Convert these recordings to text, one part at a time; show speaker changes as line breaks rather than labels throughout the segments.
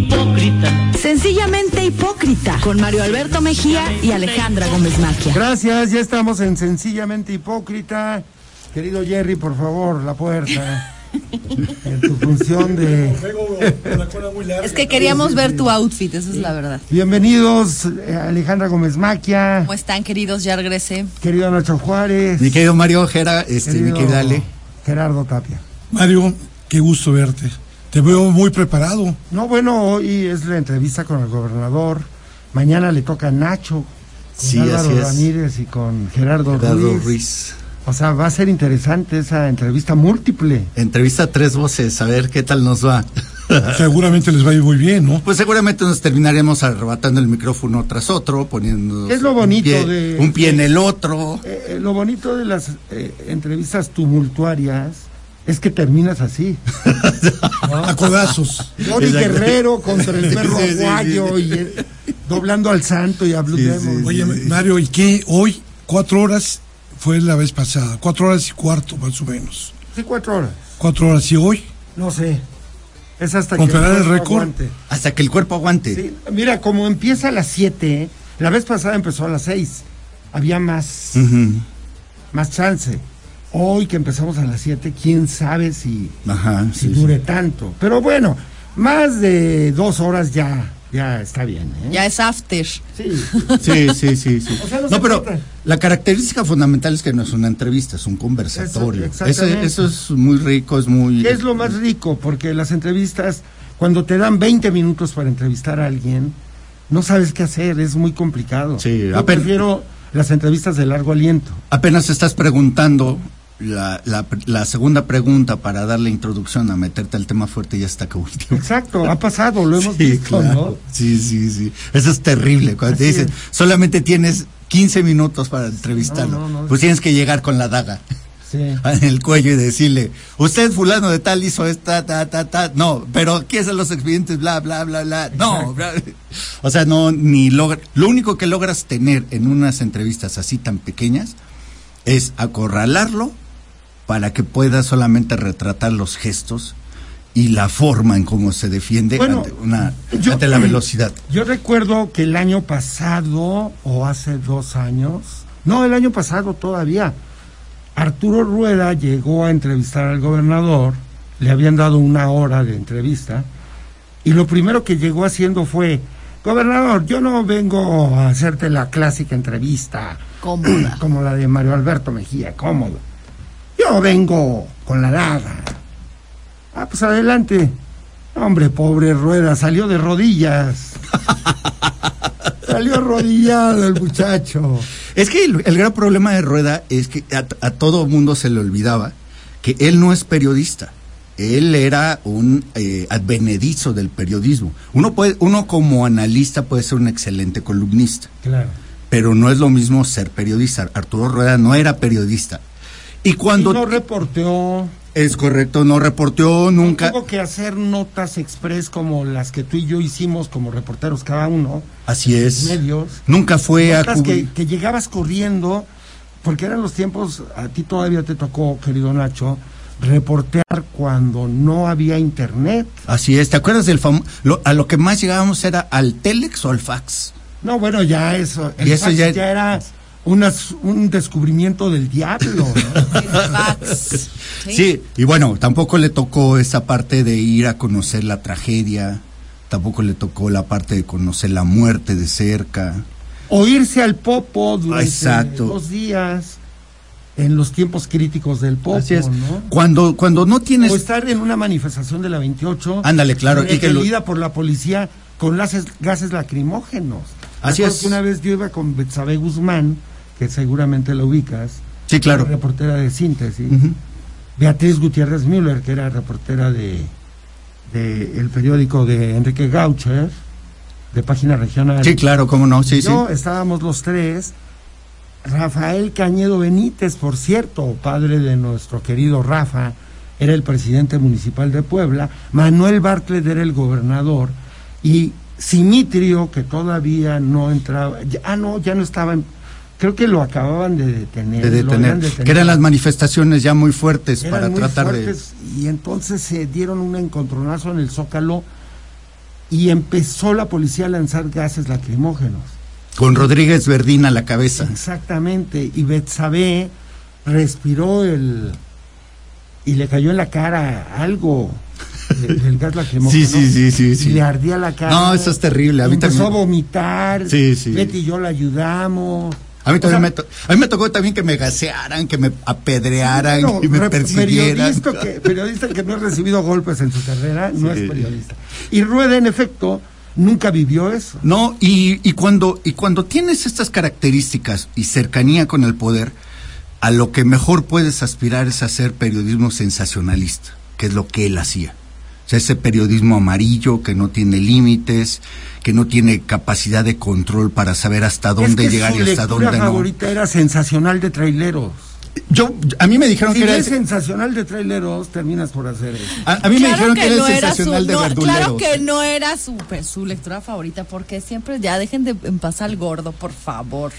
hipócrita.
Sencillamente hipócrita, con Mario Alberto Mejía y Alejandra Gómez Maquia.
Gracias, ya estamos en Sencillamente Hipócrita. Querido Jerry, por favor, la puerta. en tu función de...
Es que queríamos ver tu outfit, esa es la verdad.
Bienvenidos, eh, Alejandra Gómez Maquia,
¿Cómo están, queridos? Ya regresé.
querido Nacho Juárez,
Mi querido Mario Ojera, este, mi
querido
querido Ale.
Gerardo Tapia.
Mario, qué gusto verte. Te veo muy preparado.
No, bueno, hoy es la entrevista con el gobernador. Mañana le toca a Nacho, con
Sí,
Álvaro
así es.
Ramírez y con Gerardo,
Gerardo
Ruiz.
Ruiz.
O sea, va a ser interesante esa entrevista múltiple.
Entrevista a tres voces, a ver qué tal nos va.
Seguramente les va a ir muy bien, ¿no?
Pues seguramente nos terminaremos arrebatando el micrófono tras otro, poniendo
Es lo bonito
un pie,
de-
un pie en el otro.
Eh, eh, lo bonito de las eh, entrevistas tumultuarias es que terminas así.
A codazos.
Johnny
Exacto.
Guerrero contra el
Sí,
perro
sí, sí,
aguayo y eh, doblando al santo y a Blue
Sí,
Demon.
sí, sí.
Oye, Mario, ¿y qué? Hoy, cuatro horas fue la vez pasada. Cuatro horas y cuarto, más o menos.
Sí, cuatro horas.
Cuatro horas y hoy.
No sé. Es hasta
¿Romperán
que
el
cuerpo
récord?
aguante.
Hasta que el cuerpo aguante.
Sí, mira, como empieza a las siete, la vez pasada empezó a las seis. Había más,
Mm. Ujú,
más chance. Hoy que empezamos a las siete, quién sabe si
Ajá, sí,
si
sí.
dure tanto. Pero bueno, más de dos horas ya, ya está bien. ¿eh?
Ya es after.
Sí.
Sí, sí, sí, sí.
O sea, no
no,
se
pero
trata.
la característica fundamental es que no es una entrevista, es un conversatorio.
Eso-
Eso,
exactamente.
eso es muy rico, es muy...
¿Qué es lo más rico? Porque las entrevistas, cuando te dan 20 minutos para entrevistar a alguien, no sabes qué hacer, es muy complicado.
Sí,
Yo
apen-
prefiero las entrevistas de largo aliento.
Apenas estás preguntando la, la, la segunda pregunta para darle introducción a meterte al tema fuerte y ya está que último.
Exacto, ha pasado, lo hemos visto, ¿no?
Sí, sí, sí. Eso es terrible. Cuando te
Así
dicen,
es.
solamente tienes 15 minutos para entrevistarlo.
No, no, no.
Pues tienes que llegar con la daga
Sí.
en el cuello y decirle, usted fulano de tal hizo esta, ta, ta, ta, no, pero aquí están los expedientes, bla, bla, bla, bla, no, bla. o sea, no, ni logra, lo único que logras tener en unas entrevistas así tan pequeñas es acorralarlo para que pueda solamente retratar los gestos y la forma en cómo se defiende
Bueno,
ante, una,
yo-
ante la velocidad.
Yo recuerdo que el año pasado, o hace dos años, no, el año pasado todavía, Arturo Rueda llegó a entrevistar al gobernador, le habían dado una hora de entrevista, y lo primero que llegó haciendo fue, gobernador, yo no vengo a hacerte la clásica entrevista
Cómoda.
como la de Mario Alberto Mejía, cómoda. Yo vengo con la daga. Ah, pues adelante. Hombre, pobre Rueda, salió de rodillas. salió arrodillado el muchacho.
Es que el, el gran problema de Rueda es que a, a todo mundo se le olvidaba que él no es periodista. Él era un eh, advenedizo del periodismo. Uno, puede, uno como analista puede ser un excelente columnista,
Claro.
pero no es lo mismo ser periodista. Arturo Rueda no era periodista. Y cuando...
no reporteó,
es correcto, no reporteó nunca.
tuvo que hacer notas express como las que tú y yo hicimos como reporteros cada uno,
Así es.
medios.
Nunca fue a...
Notas que,
cubrir-
que llegabas corriendo, porque eran los tiempos, a ti todavía te tocó, querido Nacho, reportear cuando no había internet.
Así es. ¿Te acuerdas del famoso... a lo que más llegábamos era al Telex o al fax.
No, bueno, ya eso. El
Y eso
fax ya...
ya-
era unas- un descubrimiento del diablo. ¿no?
El fax.
¿Sí? y bueno, tampoco le tocó esa parte de ir a conocer la tragedia, tampoco le tocó la parte de conocer la muerte de cerca.
o irse al popo durante
Exacto.
dos días en los tiempos críticos del popo, ¿no? Pues,
Cuando, cuando no tienes...
O estar en una manifestación de la 28.
Ándale, claro, y que lo-
Retenida por la policía con las- gases lacrimógenos.
Así
Recuerdo
es.
que una vez yo iba con Betsabe Guzmán, que seguramente la ubicas.
sí,
una
claro.
Reportera de síntesis.
Ujú.
Beatriz Gutiérrez Müller, que era reportera de, de el periódico de Enrique Gaucher, de Página Regional.
Sí, claro, cómo no, sí,
Yo
sí.
estábamos los tres. Rafael Cañedo Benítez, por cierto, padre de nuestro querido Rafa, era el presidente municipal de Puebla. Manuel Bartlett era el gobernador. Y Simitrio, que todavía no entraba. ya- ah, no, ya no estaba. en- creo que lo acababan de detener.
De
lo habían
detener. Que eran las manifestaciones ya muy fuertes
eran
para
muy
tratar de...
fuertes, y entonces se dieron un encontronazo en el Zócalo y empezó la policía a lanzar gases lacrimógenos.
Con Rodríguez Verdín a la cabeza.
Exactamente, y Betsabe respiró el y le cayó en la cara algo del del gas lacrimógeno.
Sí, sí, sí, sí, sí.
Y le ardía la cara.
No, eso es terrible. A mí
empezó
también.
a vomitar.
Sí, sí.
Betty y yo la ayudamos.
A mí,
O sea,
también me to- a mí me tocó también que me gasearan, que me apedrearan
No,
y me
re-
persiguieran.
Periodista que, periodista que no ha recibido golpes en su carrera no
Sí.
es periodista. Y Rueda, en efecto, nunca vivió eso.
No, y, y cuando, y cuando tienes estas características y cercanía con el poder, a lo que mejor puedes aspirar es a hacer periodismo sensacionalista, que es lo que él hacía. O sea, ese periodismo amarillo que no tiene límites, que no tiene capacidad de control para saber hasta dónde
Es que
llegar
su
y hasta
lectura
dónde no.
favorita era sensacional de traileros.
Yo, a mí me dijeron
Si
que era,
ves sensacional de traileros, terminas por hacer eso.
a, a mí me dijeron que, era el sensacional de
no,
verduleros.
Claro que no era su, pues, su lectura favorita, porque siempre ya dejen de en paz al gordo, por favor.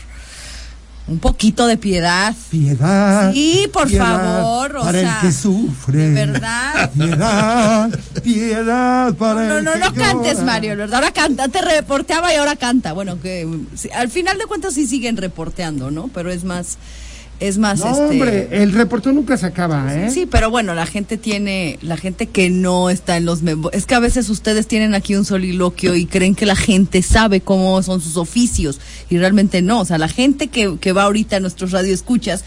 Un poquito de piedad.
Piedad.
Sí, por
piedad
favor, o
Para
sea,
el que sufre.
de verdad.
Piedad, piedad para
No,
el
no,
que
no cantes,
llora.
Mario, ¿verdad? Ahora canta, antes reporteaba y ahora canta. Bueno, que mm, sí, al final de cuentas sí siguen reporteando, ¿no? Pero es más, es más
No,
este.
hombre, el reportero nunca se acaba, ¿eh?
Sí, pero bueno, la gente tiene, la gente que no está en los memo- es que a veces ustedes tienen aquí un soliloquio y creen que la gente sabe cómo son sus oficios y realmente no, o sea, la gente que, que va ahorita a nuestros radioescuchas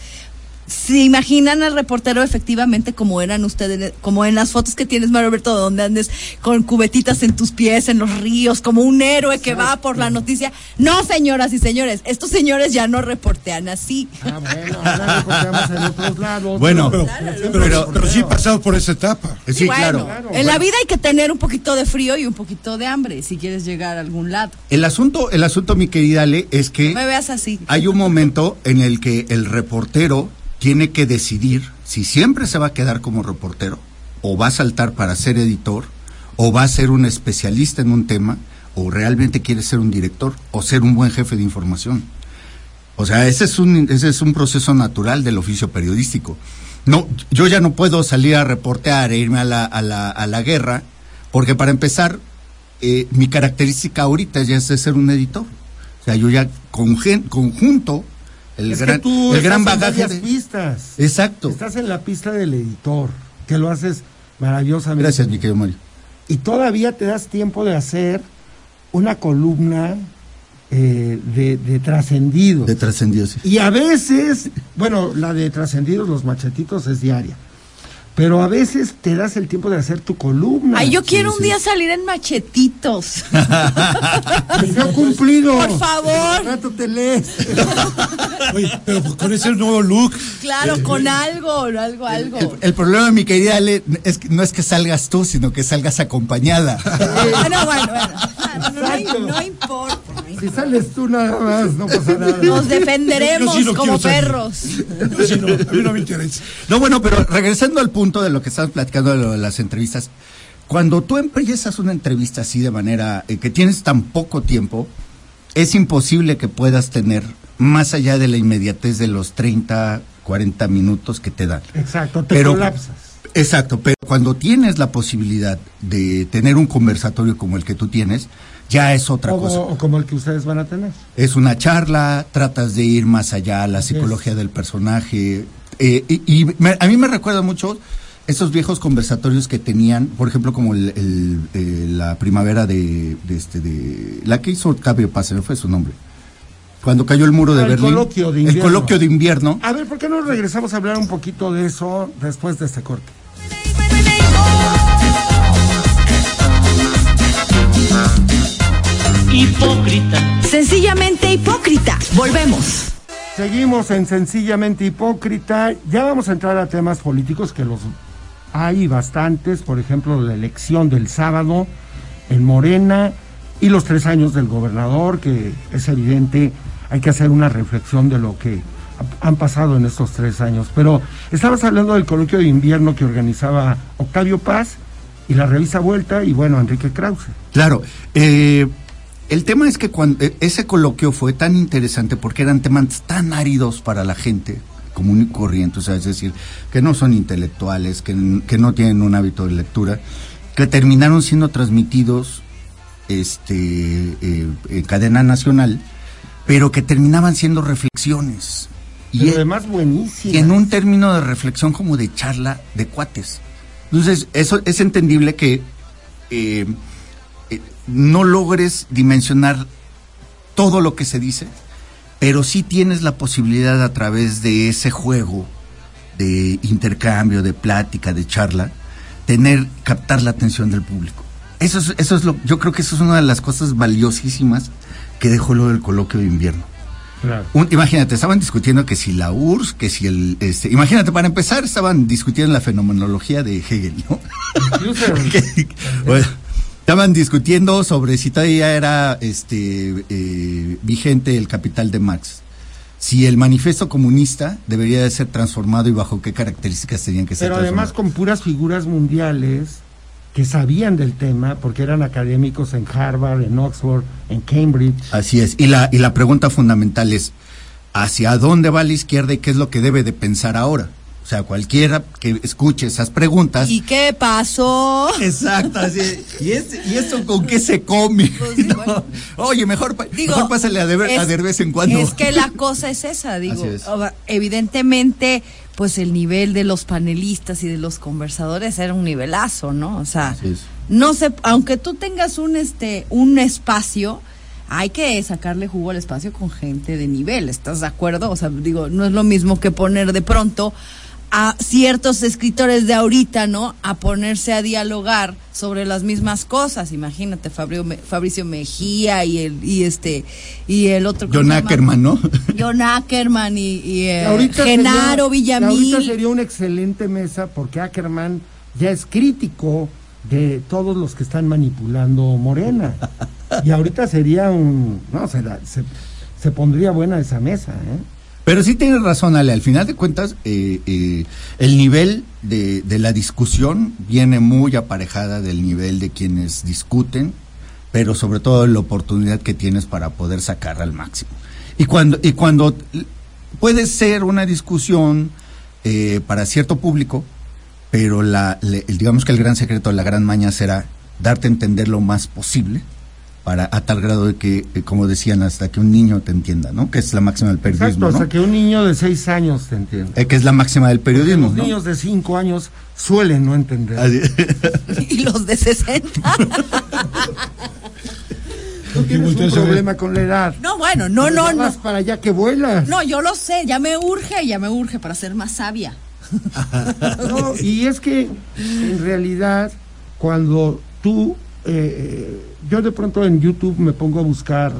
se imaginan al reportero efectivamente como eran ustedes, como en las fotos que tienes, Mario Alberto, donde andes con cubetitas en tus pies, en los ríos, como un héroe que va por la noticia. No, señoras y señores, estos señores ya no reportean así.
Ah, bueno, ahora reporteamos en otros lados.
Bueno,
Pero,
siempre
pero,
reportero.
pero sí he pasado por esa etapa.
Sí,
bueno,
claro.
en la vida hay que tener un poquito de frío y un poquito de hambre si quieres llegar a algún lado.
El asunto, el asunto, mi querida Ale, es que.
No me veas así.
Hay un momento en el que el reportero tiene que decidir si siempre se va a quedar como reportero, o va a saltar para ser editor, o va a ser un especialista en un tema, o realmente quiere ser un director, o ser un buen jefe de información. O sea, ese es un, ese es un proceso natural del oficio periodístico. No, yo ya no puedo salir a reportear e irme a la, a la, a la guerra, porque para empezar, eh, mi característica ahorita ya es de ser un editor. O sea, yo ya congen- conjunto el
Es que
gran,
tú
el
estás
gran
en
bagaje
varias
de...
pistas.
Exacto.
Estás en la pista del editor, que lo haces maravillosamente.
Gracias, mi querido Mario.
Y todavía te das tiempo de hacer una columna eh, de, de trascendidos.
De trascendido, sí.
Y a veces, bueno, la de trascendidos, los machetitos, es diaria. Pero a veces te das el tiempo de hacer tu columna.
Ay, yo
sí,
quiero un
sí.
día salir en machetitos.
Pues yo he cumplido.
Por favor.
El rato te lees.
Oye, pero
pues,
con ese nuevo look,
claro, con algo, algo, algo.
El, el problema, mi querida Ale, es que no es que salgas tú, sino que salgas acompañada.
Ah, no, bueno, bueno. Ah, no, no,
Exacto.
no importa. no importa.
Si sales tú nada más, no pasa nada.
Nos
Yo sí
defenderemos
lo
como
quiero salir.
perros.
yo sí no, a mí no me interesa.
No, bueno, pero regresando al punto de lo que estabas platicando de, lo de las entrevistas, cuando tú empiezas una entrevista así de manera eh, que tienes tan poco tiempo, es imposible que puedas tener más allá de la inmediatez de los 30, 40 minutos que te dan.
Exacto, te
Pero-
colapsas.
Exacto, pero cuando tienes la posibilidad de tener un conversatorio como el que tú tienes, ya es otra
O,
cosa.
o como el que ustedes van a tener.
Es una charla, tratas de ir más allá a la psicología del personaje. eh, y y me- a mí me recuerda mucho esos viejos conversatorios que tenían, por ejemplo, como el, el, eh, la primavera de, de este, de la que hizo Octavio Paz, se me fue su nombre. Cuando cayó el muro
Ah,
de
el
Berlín.
coloquio de
El
invierno.
coloquio de invierno.
A ver, ¿por qué no regresamos a hablar un poquito de eso después de este corte?
hipócrita,
Sencillamente hipócrita. Volvemos.
Seguimos en Sencillamente Hipócrita. Ya vamos a entrar a temas políticos que los hay bastantes. Por ejemplo, la elección del sábado en Morena y los tres años del gobernador, que es evidente, hay que hacer una reflexión de lo que ha- han pasado en estos tres años. Pero estabas hablando del coloquio de invierno que organizaba Octavio Paz y la revista Vuelta y bueno, Enrique Krause.
Claro. eh, el tema es que cuando eh, ese coloquio fue tan interesante porque eran temas tan áridos para la gente común y corriente, o sea, es decir, que no son intelectuales, que, n- que no tienen un hábito de lectura, que terminaron siendo transmitidos este, eh, en cadena nacional, pero que terminaban siendo reflexiones.
Y
Y, e- en-
además buenísimo.
y en un término de reflexión como de charla de cuates. Entonces, eso es entendible que eh, eh, no logres dimensionar todo lo que se dice, pero sí tienes la posibilidad a través de ese juego de intercambio, de plática, de charla, tener, captar la atención del público. Eso es, eso es lo, yo creo que eso es una de las cosas valiosísimas que dejó lo del coloquio de invierno.
Claro.
Un- imagínate, estaban discutiendo que si la URSS, que si el... Este, imagínate, para empezar, estaban discutiendo la fenomenología de Hegel, ¿no?
Incluso-
Que- bueno, estaban discutiendo sobre si todavía era este, eh, vigente el capital de Marx. Si el manifiesto comunista debería de ser transformado y bajo qué características tenían que ser
Pero además con
transformadas.
puras figuras mundiales que sabían del tema, porque eran académicos en Harvard, en Oxford, en Cambridge.
Así es. Y la, y la pregunta fundamental es, ¿hacia dónde va la izquierda y qué es lo que debe de pensar ahora? O sea, cualquiera que escuche esas preguntas...
¿Y qué pasó?
Exacto, así. ¿Y, es- y eso con qué se come?
Pues sí,
¿No?
bueno.
Oye, mejor, pa-
Digo,
mejor pásale a, Deber- a de vez en cuando.
Es que la cosa es esa, digo.
Así es.
ahora, Evidentemente, pues el nivel de los panelistas y de los conversadores era un nivelazo, ¿no? O sea,
Así es.
no sé, aunque tú tengas un este un espacio, hay que sacarle jugo al espacio con gente de nivel, ¿estás de acuerdo? O sea, digo, no es lo mismo que poner de pronto a ciertos escritores de ahorita, ¿no? A ponerse a dialogar sobre las mismas cosas. Imagínate Fabrio Me- Fabricio Mejía y el y este y el otro ¿cómo
John
se llama?
Ackerman, ¿no?
John Ackerman y, y, eh,
Ahorita sería-
Genaro Villamil.
Ahorita sería una excelente mesa porque Ackerman ya es crítico de todos los que están manipulando Morena. Y ahorita sería un... No, se, da- se, se pondría buena esa mesa, ¿eh?
Pero sí tienes razón, Ale. Al final de cuentas, eh, eh, el nivel de, de la discusión viene muy aparejada del nivel de quienes discuten, pero sobre todo la oportunidad que tienes para poder sacar al máximo. Y cuando, y cuando puede ser una discusión eh, para cierto público, pero la, le- el- digamos que el gran secreto, la gran maña será darte a entender lo más posible para a tal grado de que, eh, como decían, hasta que un niño te entienda, ¿no? Que es la máxima del periodismo.
Exacto,
¿no?
hasta que un niño de seis años te entienda.
Eh, que es la máxima del periodismo.
Los
¿no?
niños de cinco años suelen no entender.
Así-
y los de Ah, 60.
Tú tienes un
volteas a ver.
problema con la edad.
No, bueno, no,
Pero
no,
ya
no.
vas Pues para allá que vuelas.
No, yo lo sé, ya me urge, ya me urge para ser más sabia.
No, y es que en realidad cuando tú, eh, yo de pronto en YouTube me pongo a buscar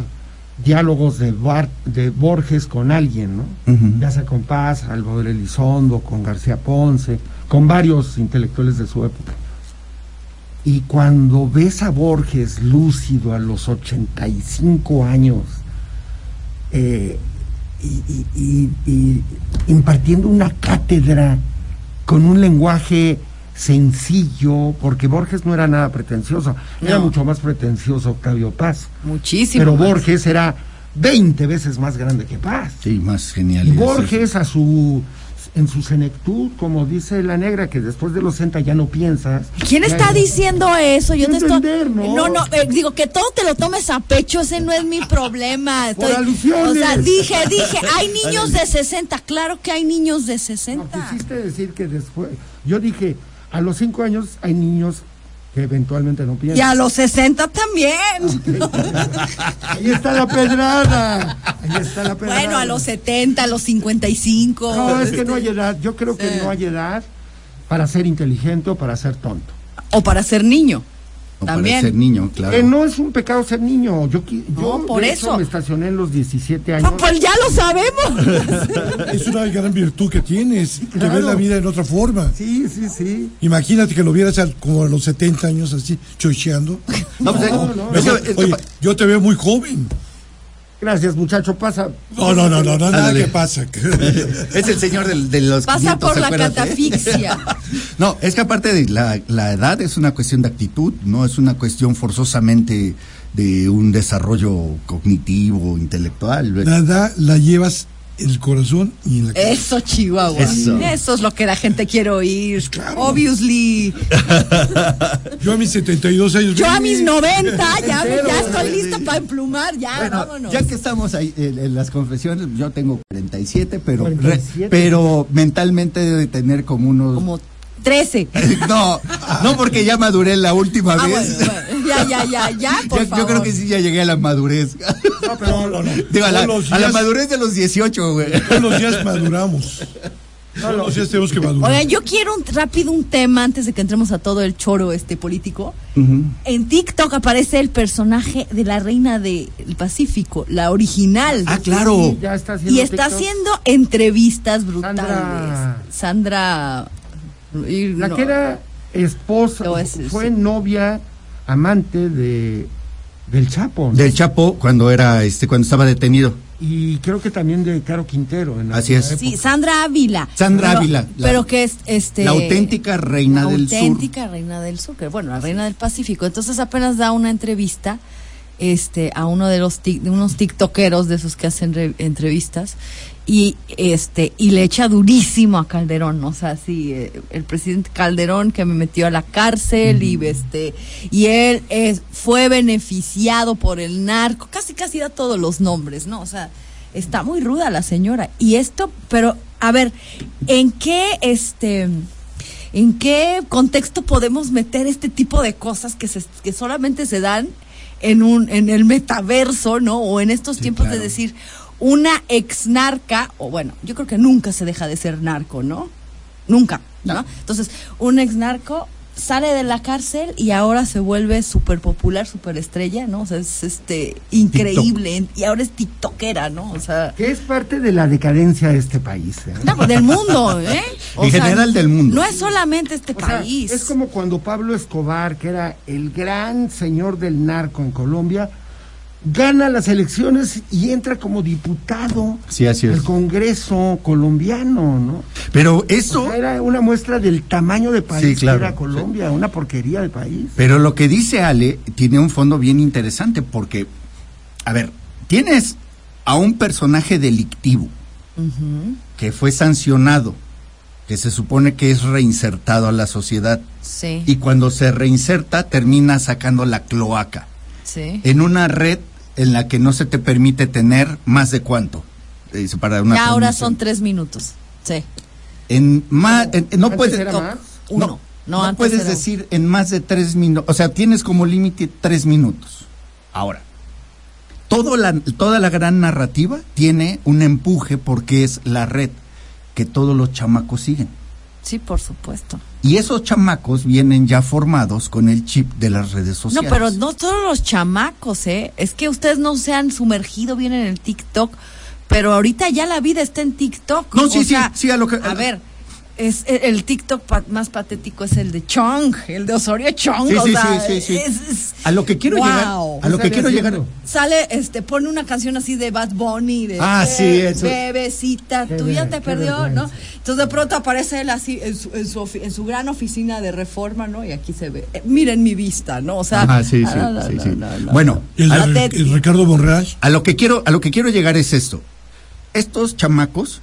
diálogos de, Bar- de Borges con alguien, ¿no?
Ujú.
Ya sea con Paz, Salvador Elizondo, con García Ponce, con varios intelectuales de su época. Y cuando ves a Borges lúcido a los 85 años, eh, y, y- y- y impartiendo una cátedra con un lenguaje sencillo, porque Borges no era nada pretencioso, era
No.
mucho más pretencioso Octavio Paz.
Muchísimo.
pero
más.
Borges era 20 veces más grande que Paz.
sí, más
Y
genial.
Borges a su en su senectud, como dice la negra, que después de los 60 ya no piensas.
¿Quién
Ya
está
no-
diciendo eso? Yo te estoy.
Entender, ¿no?
No, no, eh, digo que todo te lo tomes a pecho, ese no es mi problema.
Por
Estoy-
alusiones.
O sea, dije, dije, hay niños de 60, claro que hay niños de
No, pues
60.
quisiste decir que después. Yo dije, a los 5 años hay niños que eventualmente no
Y
piensan.
a los 60 también.
Ahí está la pedrada. Ahí está la pedrada.
Bueno, a los 70, a los 55.
No, es que no hay edad. Yo creo que no hay edad para ser inteligente o para ser tonto.
O para ser niño.
También.
También.
Para ser niño, claro.
Que no es un pecado ser niño. Yo, qui- yo
No, por
de hecho,
eso.
me estacioné en los 17 años.
Pa- Pues ya lo sabemos.
Es una gran virtud que tienes, que
claro.
ves la vida en otra forma.
Sí, sí, sí.
Imagínate que lo vieras al- como a los 70 años así, chocheando.
No, pues, eh,
Me
es que-
dijo,
es que
Oye,
pa-
yo te veo muy joven.
Gracias, muchacho. Pasa.
No, no, no, no, no nada
Ándale.
que pasa.
es el señor del- de, los
Pasa
500,
por la
acuérdate.
catafixia.
No, es que aparte de la, la edad es una cuestión de actitud, no es una cuestión forzosamente de un desarrollo cognitivo, intelectual.
Nada la llevas el corazón y en la cabeza.
Eso, Chihuahua.
Eso.
Eso. es lo que la gente quiere oír. Obviously.
Yo a mis 72 años.
Yo a
¡eh!
mis 90 ya, me- ya estoy lista para emplumar. Ya,
Bueno,
vámonos.
ya que estamos ahí en, en las confesiones, yo tengo 47, pero,
47.
re- pero mentalmente debe de tener como unos...
Como 13.
Ah, No, no porque ya maduré la última
Ah,
vez.
bueno, bueno. Ya, ya, ya, ya, por
yo, yo creo que
favor.
sí ya llegué a la madurez.
No, pero no, no.
Digo, a la,
Todos los
a la
días-
madurez de los 18, güey.
Todos los días maduramos. Todos los días tenemos que madurar.
Oigan, yo quiero un, rápido un tema antes de que entremos a todo el choro este político. En TikTok aparece el personaje de la reina del Pacífico, la original.
Ah, claro.
Sí, ya está haciendo
y está
TikTok.
haciendo entrevistas brutales.
Sandra.
Sandra. y
La
no,
que era esposa,
Te voy a decir,
fue
sí.
novia, amante de del Chapo. ¿no?
Del Chapo cuando era este cuando estaba detenido.
Y creo que también de Caro Quintero. En
Así
aquella
es.
Sí, Sandra Ávila.
Sandra
Pero-
Ávila, la-
Pero que es este.
la auténtica reina
la
del sur.
auténtica reina del sur, que bueno, la reina del Pacífico. Entonces apenas da una entrevista este a uno de los tic- de unos tiktokeros de esos que hacen re- entrevistas y este y le echa durísimo a Calderón, ¿no? o sea, sí eh, el presidente Calderón que me metió a la cárcel y este y él es, fue beneficiado por el narco, casi casi da todos los nombres, ¿no? O sea, está muy ruda la señora y esto, pero a ver, ¿en qué este ¿En qué contexto podemos meter este tipo de cosas que, se, que solamente se dan en, un, en el metaverso, ¿no? O en estos tiempos
claro.
de decir una ex narca, o bueno, yo creo que nunca se deja de ser narco, ¿no? Nunca, ¿no? Entonces, un ex narco sale de la cárcel y ahora se vuelve súper popular, súper estrella, ¿no? O sea, es este, increíble. Y ahora es tiktokera, ¿no? O sea,
época. Que es parte de la decadencia de este país. ¿eh?
no, pues, del mundo, ¿eh?
En general, del mundo.
No es solamente este
O sea,
país.
es como cuando Pablo Escobar, que era el gran señor del narco en Colombia, gana las elecciones y entra como diputado
Sí, así es.
del Congreso colombiano, ¿no?
Pero
O
eso,
sea, era una muestra del tamaño de país
Sí, claro,
que era Colombia, una porquería de país.
pero lo que dice Ale tiene un fondo bien interesante porque a ver, tienes a un personaje delictivo que fue sancionado, que se supone que es reinsertado a la sociedad
Sí.
y cuando se reinserta termina sacando la cloaca
Sí.
en una red en la que no se te permite tener más de cuánto. Eh, dice, para una
Ya ahora
transmisión.
son tres minutos. Sí.
En más, en- en- no
Antes
puedes.
era
no,
más.
Uno. No,
no
antes
puedes
era-
decir en más de tres minutos. O sea, tienes como límite tres minutos. Ahora, todo la, toda la gran narrativa tiene un empuje porque es la red que todos los chamacos siguen.
Sí, por supuesto.
Y esos chamacos vienen ya formados con el chip de las redes
No,
sociales.
pero no todos los chamacos, ¿eh? Es que ustedes no se han sumergido bien en el TikTok, pero ahorita ya la vida está en TikTok.
No,
O
sí, sí,
sea,
sí, a lo que-
A ver. Es el, el TikTok pa- más patético es el de Chong, el de Osorio Chong.
Sí,
o
sí,
sea,
sí, sí, sí.
es- es-
A lo que quiero llegar.
Wow.
A lo que
Sale
quiero
haciendo.
llegar.
Sale, este, pone una canción así de Bad Bunny, de
Ah, sí, eso.
bebecita,
Qué
tú ya
ver-
te
qué
perdió, ¿no?
vergüenza.
Entonces de pronto aparece él así en su, en su, ofi- en su gran oficina de reforma, ¿no? Y aquí se ve, eh, miren mi vista, ¿no? O sea,
Ajá, sí,
ah,
sí,
no, no,
sí,
no,
sí.
no, no,
Bueno,
Y el, de
Ah,
Re-
Teti.
el Ricardo Monreal.
A lo que quiero, a lo que quiero llegar es esto. Estos chamacos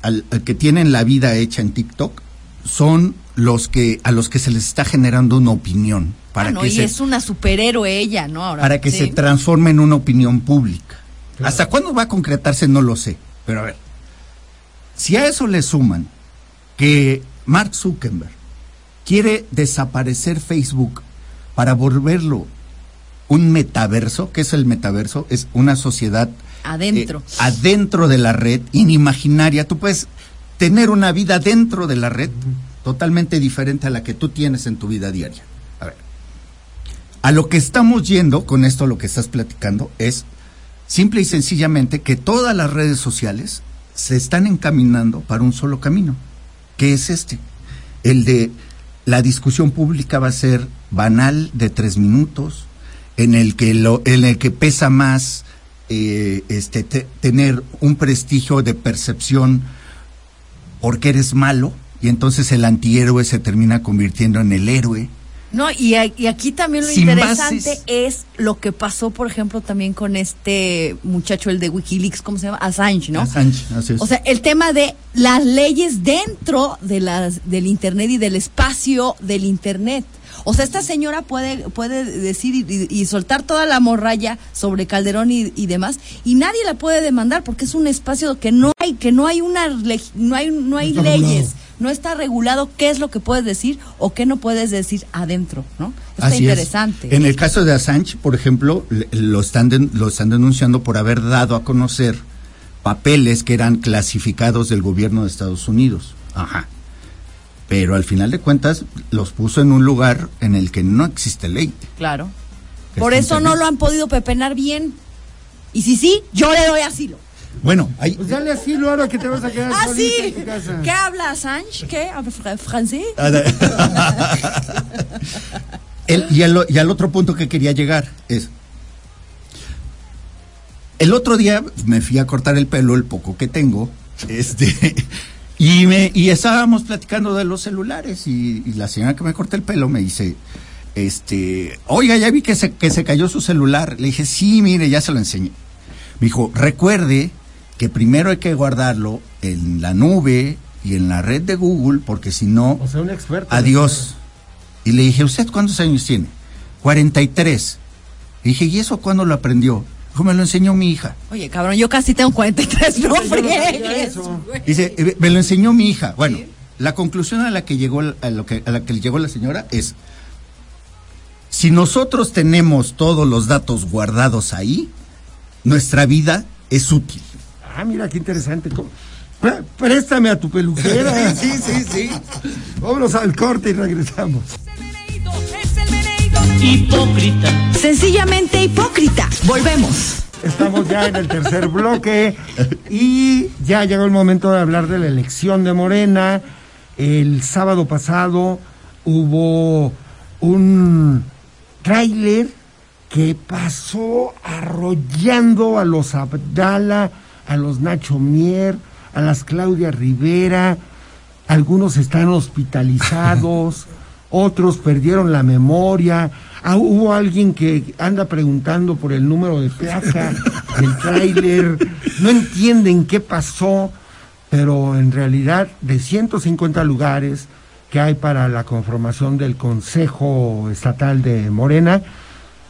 al, al que tienen la vida hecha en TikTok son los que a los que se les está generando una opinión para
Ah, no,
que
y
se
es una superhéroe ella, ¿no? Ahora,
para que
sí.
se transforme en una opinión pública. ¿Hasta cuándo va a concretarse? No lo sé. Pero a ver, si a eso le suman que Mark Zuckerberg quiere desaparecer Facebook para volverlo un metaverso, ¿qué es el metaverso? Es una sociedad
Adentro.
eh, adentro de la red, inimaginaria. Tú puedes tener una vida dentro de la red totalmente diferente a la que tú tienes en tu vida diaria. A ver, a lo que estamos yendo con esto, lo que estás platicando, es simple y sencillamente que todas las redes sociales se están encaminando para un solo camino, que es este, el de la discusión pública va a ser banal de tres minutos, en el que lo, en el que pesa más eh, este te- tener un prestigio de percepción porque eres malo y entonces el antihéroe se termina convirtiendo en el héroe
No, y, a- y aquí también lo
Sin
interesante
bases.
es lo que pasó, por ejemplo, también con este muchacho, el de Wikileaks, ¿cómo se llama? Assange, ¿no?
Assange, así es.
O sea, el tema de las leyes dentro de las, del Internet y del espacio del Internet. O sea, esta señora puede, puede decir y, y- y soltar toda la morralla sobre Calderón y, y demás, y nadie la puede demandar porque es un espacio que no hay, que no hay una leg- no hay, no hay
Está
leyes,
regulado.
no está regulado qué es lo que puedes decir o qué no puedes decir adentro, ¿no? Está
Así es.
interesante.
En el caso de Assange, por ejemplo, le- lo están, den- lo están denunciando por haber dado a conocer papeles que eran clasificados del gobierno de Estados Unidos. Ajá. Pero al final de cuentas los puso en un lugar en el que no existe ley.
Claro.
que
Por
está en
eso no
Internet.
lo han podido pepenar bien. Y si sí, yo le doy asilo.
Bueno, hay,
Pues dale asilo ahora que te vas a quedar
Ah,
solita
sí.
en tu casa.
¿Qué habla Assange? ¿Qué habla fra- francés?
El- y, al, y al otro punto que quería llegar es. El otro día me fui a cortar el pelo, el poco que tengo, este, y, me, y estábamos platicando de los celulares. Y, y la señora que me corta el pelo me dice: este, Oiga, ya vi que se, que se cayó su celular. Le dije: Sí, mire, ya se lo enseñé. Me dijo: Recuerde que primero hay que guardarlo en la nube y en la red de Google, porque si no,
O sea, un experto.
adiós. Y le dije, ¿usted cuántos años tiene? 43. Le dije, ¿y eso cuándo lo aprendió? Dijo, me lo enseñó mi hija.
Oye, cabrón, yo casi tengo 43, no
Yo no sabía
friegues.
eso.
Dice, "Eh, me lo enseñó mi hija. Bueno, la conclusión a la que llegó a, lo que, a la que llegó la señora es, si nosotros tenemos todos los datos guardados ahí, nuestra vida es útil.
Ah, mira, qué interesante. ¿Cómo? Pre- Préstame a tu peluquera.
Sí, sí, sí.
Vámonos al corte y regresamos.
Hipócrita,
Sencillamente hipócrita. Volvemos.
Estamos ya en el tercer bloque y ya llegó el momento de hablar de la elección de Morena. El sábado pasado hubo un tráiler que pasó arrollando a los Abdala, a los Nacho Mier, a las Claudia Rivera. Algunos están hospitalizados, otros perdieron la memoria. Ah, hubo alguien que anda preguntando por el número de placa del tráiler. No entienden qué pasó, pero en realidad de 150 lugares que hay para la conformación del Consejo Estatal de Morena,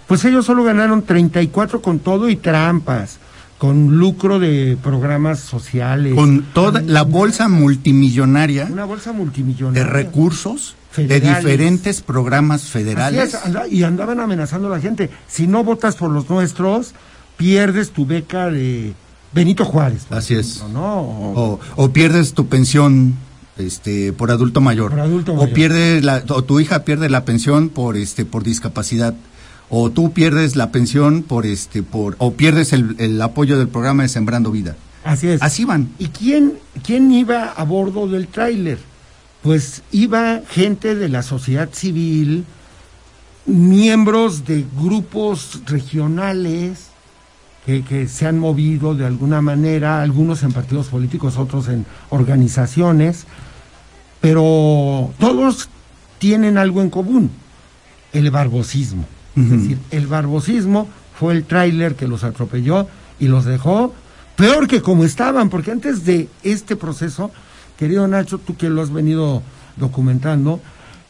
pues ellos solo ganaron 34 con todo y trampas, con lucro de programas sociales.
Con toda la bolsa multimillonaria
Una bolsa
de
multimillonaria.
recursos de
Federales.
diferentes programas
Así
federales.
es, anda- y andaban amenazando a la gente. Si no votas por los nuestros, pierdes tu beca de Benito Juárez. por
Así es.
ejemplo, ¿no? O-
O, o pierdes tu pensión este por adulto mayor.
Por adulto
o
mayor.
pierde la, o tu hija pierde la pensión por este por discapacidad. O tú pierdes la pensión por este por o pierdes el, el apoyo del programa de Sembrando Vida.
así es.
Así van.
¿Y quién, quién iba a bordo del tráiler? Pues iba gente de la sociedad civil, miembros de grupos regionales que, que se han movido de alguna manera, algunos en partidos políticos, otros en organizaciones, pero todos tienen algo en común, el barbosismo. Es decir, el barbosismo fue el tráiler que los atropelló y los dejó peor que como estaban, porque antes de este proceso, querido Nacho, tú que lo has venido documentando,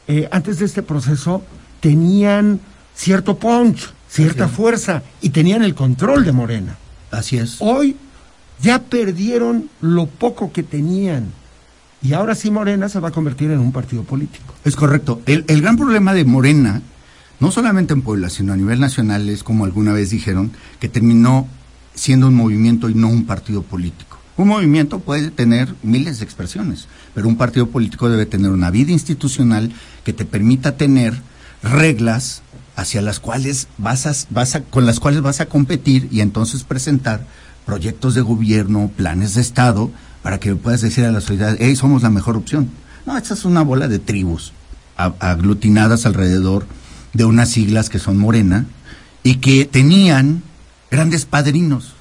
eh, antes de este proceso tenían cierto punch, cierta
Así es.
fuerza y tenían el control de Morena.
Así es.
Hoy ya perdieron lo poco que tenían y ahora sí Morena se va a convertir en un partido político.
Es correcto. El, el gran problema de Morena, no solamente en Puebla, sino a nivel nacional, es como alguna vez dijeron, que terminó siendo un movimiento y no un partido político. Un movimiento puede tener miles de expresiones, pero un partido político debe tener una vida institucional que te permita tener reglas hacia las cuales vas a, vas a- con las cuales vas a competir y entonces presentar proyectos de gobierno, planes de Estado, para que puedas decir a la sociedad, hey, somos la mejor opción. No, esta es una bola de tribus a- aglutinadas alrededor de unas siglas que son morena y que tenían grandes padrinos,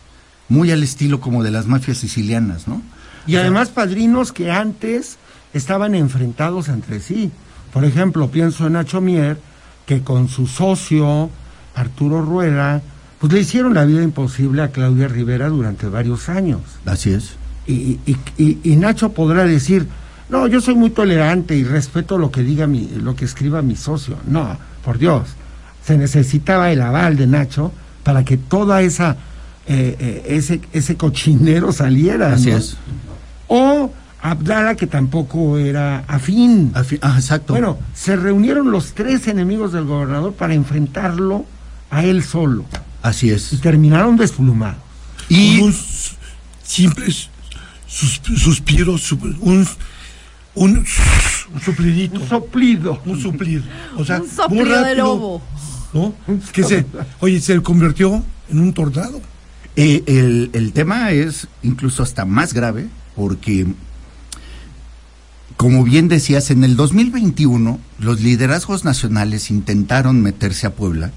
muy al estilo como de las mafias sicilianas, ¿no?
Y además padrinos que antes estaban enfrentados entre sí. Por ejemplo, pienso en Nacho Mier, que con su socio, Arturo Rueda, pues le hicieron la vida imposible a Claudia Rivera durante varios años.
Así es.
Y, y- y- y Nacho podrá decir, no, yo soy muy tolerante y respeto lo que diga mi, lo que escriba mi socio. No, por Dios, se necesitaba el aval de Nacho para que toda esa eh, eh, ese, ese cochinero saliera.
Así
¿no?
es.
O Abdala, que tampoco era afín.
Al fin- ah, exacto.
Bueno, se reunieron los tres enemigos del gobernador para enfrentarlo a él solo.
Así
Y
es.
terminaron desplumados.
y un
Y
s- simple s- sus- suspiro, su- un, un, s- un suplidito,
Un soplido.
un suplir. O sea,
Un
muy
soplido de
rápido,
lobo.
¿no? Que se, oye, se convirtió en un tornado.
eh, el, el tema es incluso hasta más grave porque, como bien decías, en el 2021 los liderazgos nacionales intentaron meterse a Puebla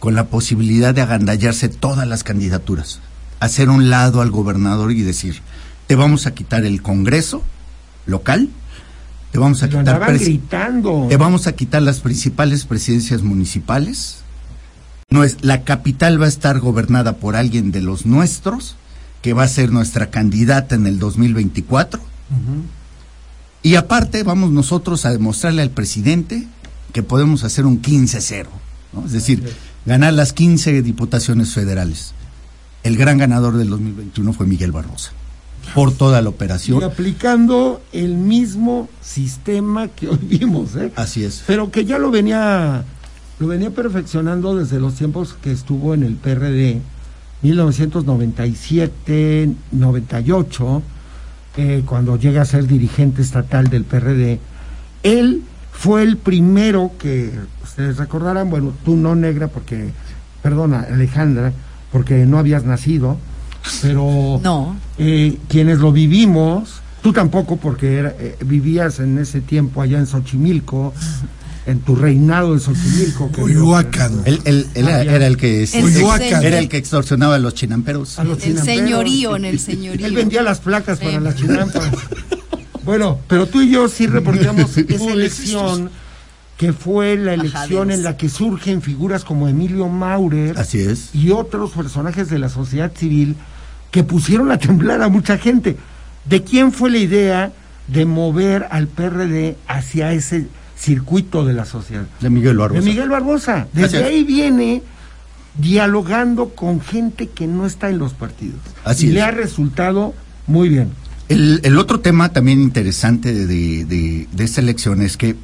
con la posibilidad de agandallarse todas las candidaturas, hacer un lado al gobernador y decir, te vamos a quitar el Congreso local, te vamos a
Lo
quitar...
andaban
presi-
gritando.
Te Eh, vamos a quitar las principales presidencias municipales. No es, la capital va a estar gobernada por alguien de los nuestros, que va a ser nuestra candidata en el 2024. Y aparte, vamos nosotros a demostrarle al presidente que podemos hacer un 15-0, ¿no? es decir, ganar las 15 diputaciones federales. El gran ganador del 2021 fue Miguel Barrosa, por toda
Y
la operación.
aplicando el mismo sistema que hoy vimos, ¿eh?
Así es.
Pero que ya lo venía, lo venía perfeccionando desde los tiempos que estuvo en el PRD, 1997, 98, eh, cuando llega a ser dirigente estatal del PRD. Él fue el primero que, ustedes recordarán, bueno, tú no negra, porque, perdona, Alejandra, porque no habías nacido, pero
No.
eh, quienes lo vivimos, tú tampoco porque era- eh, vivías en ese tiempo allá en Xochimilco, en tu reinado en Xochimilco. que-
Coyoacán.
Él, él- él era, era el que...
El
Coyoacán.
Era el que extorsionaba a los chinamperos.
a los
El
chinamperos.
señorío, en el señorío.
Él vendía las placas
Sí.
para las chinampas. bueno, pero tú y yo sí reportamos esa
Pobres
elección que fue la elección
Bajaderos.
en la que surgen figuras como Emilio Maurer
Así es.
y otros personajes de la sociedad civil que pusieron a temblar a mucha gente. ¿De quién fue la idea de mover al PRD hacia ese circuito de la sociedad?
De Miguel Barbosa.
De Miguel Barbosa.
Así
Desde
es.
ahí viene dialogando con gente que no está en los partidos.
Así
y
es.
le ha resultado muy bien.
El, el otro tema también interesante de, de- de- de esta elección es que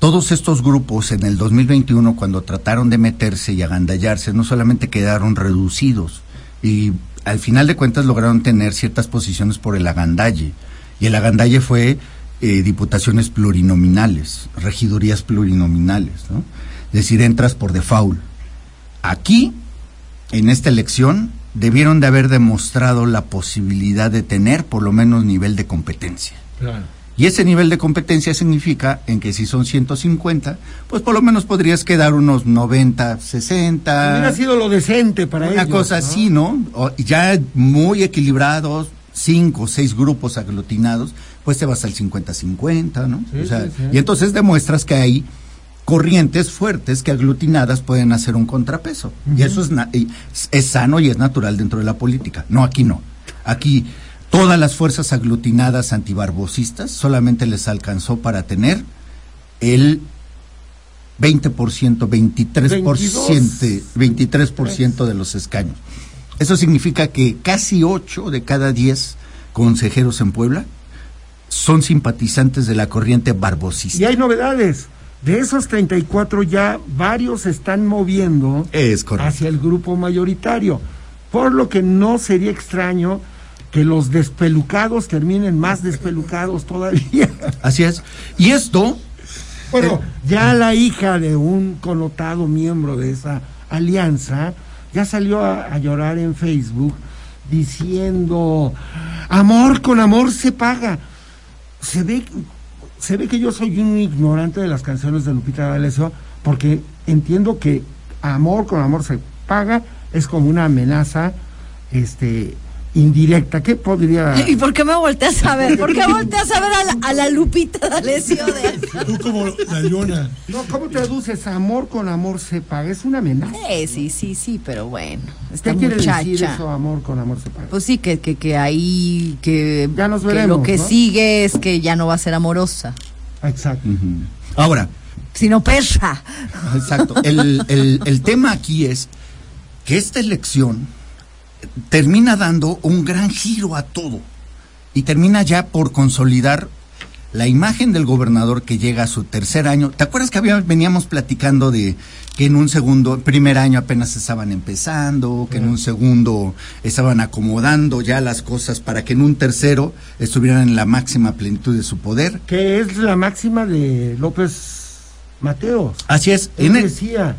todos estos grupos en el 2021, cuando trataron de meterse y agandallarse, no solamente quedaron reducidos, y al final de cuentas lograron tener ciertas posiciones por el agandalle. Y el agandalle fue eh, diputaciones plurinominales, regidurías plurinominales, ¿no? Es decir, entras por default. Aquí en esta elección debieron de haber demostrado la posibilidad de tener por lo menos nivel de competencia. Y ese nivel de competencia significa en que si son 150, pues por lo menos podrías quedar unos 90, 60.
Ah. Hubiera sido lo decente para
Una
ellos,
cosa
¿no?
así, ¿no? O- ya muy equilibrados, cinco o seis grupos aglutinados, pues te vas al 50-50, ¿no?
Sí,
O sea,
sí, sí.
Y entonces demuestras que hay corrientes fuertes que aglutinadas pueden hacer un contrapeso. Y eso es, na- y es- es sano y es natural dentro de la política. No, aquí no. Aquí todas las fuerzas aglutinadas antibarbocistas solamente les alcanzó para tener el 20%, 23%, 23% de los escaños. Eso significa que casi 8 de cada 10 consejeros en Puebla son simpatizantes de la corriente
Y
barbosista.
hay novedades. De esos 34 ya varios se están moviendo
Es correcto.
hacia el grupo mayoritario, por lo que no sería extraño que los despelucados terminen más despelucados todavía.
Así es. Y esto,
Bueno, ya la hija de un connotado miembro de esa alianza ya salió a, a llorar en Facebook diciendo, amor con amor se paga. Se ve, se ve que yo soy un ignorante de las canciones de Lupita D'Alessio porque entiendo que amor con amor se paga es como una amenaza este indirecta. ¿Qué podría.?
¿Y por qué me volteas a ver? ¿Por qué volteas a ver a la, a la Lupita D'Alessio de
Tú como la leona.
No, ¿Cómo traduces amor con amor se paga? Es una amenaza.
Eh, sí, sí, sí, pero bueno. Esta
¿Qué quiere decir
muchacha.
eso, amor con amor se paga?
Pues sí, que, que, que ahí. Que,
Ya nos
que lo
veremos,
que
¿no?
sigue es que ya no va a ser amorosa,
Exacto.
Ahora,
sino perra.
Exacto. El, el- el tema aquí es que esta elección termina dando un gran giro a todo y termina ya por consolidar la imagen del gobernador que llega a su tercer año. ¿Te acuerdas que había- veníamos platicando de que en un segundo, primer año apenas estaban empezando, que en un segundo estaban acomodando ya las cosas para que en un tercero estuvieran en la máxima plenitud de su poder?
Que es la máxima de López Mateos.
Así es,
Él
en el-
decía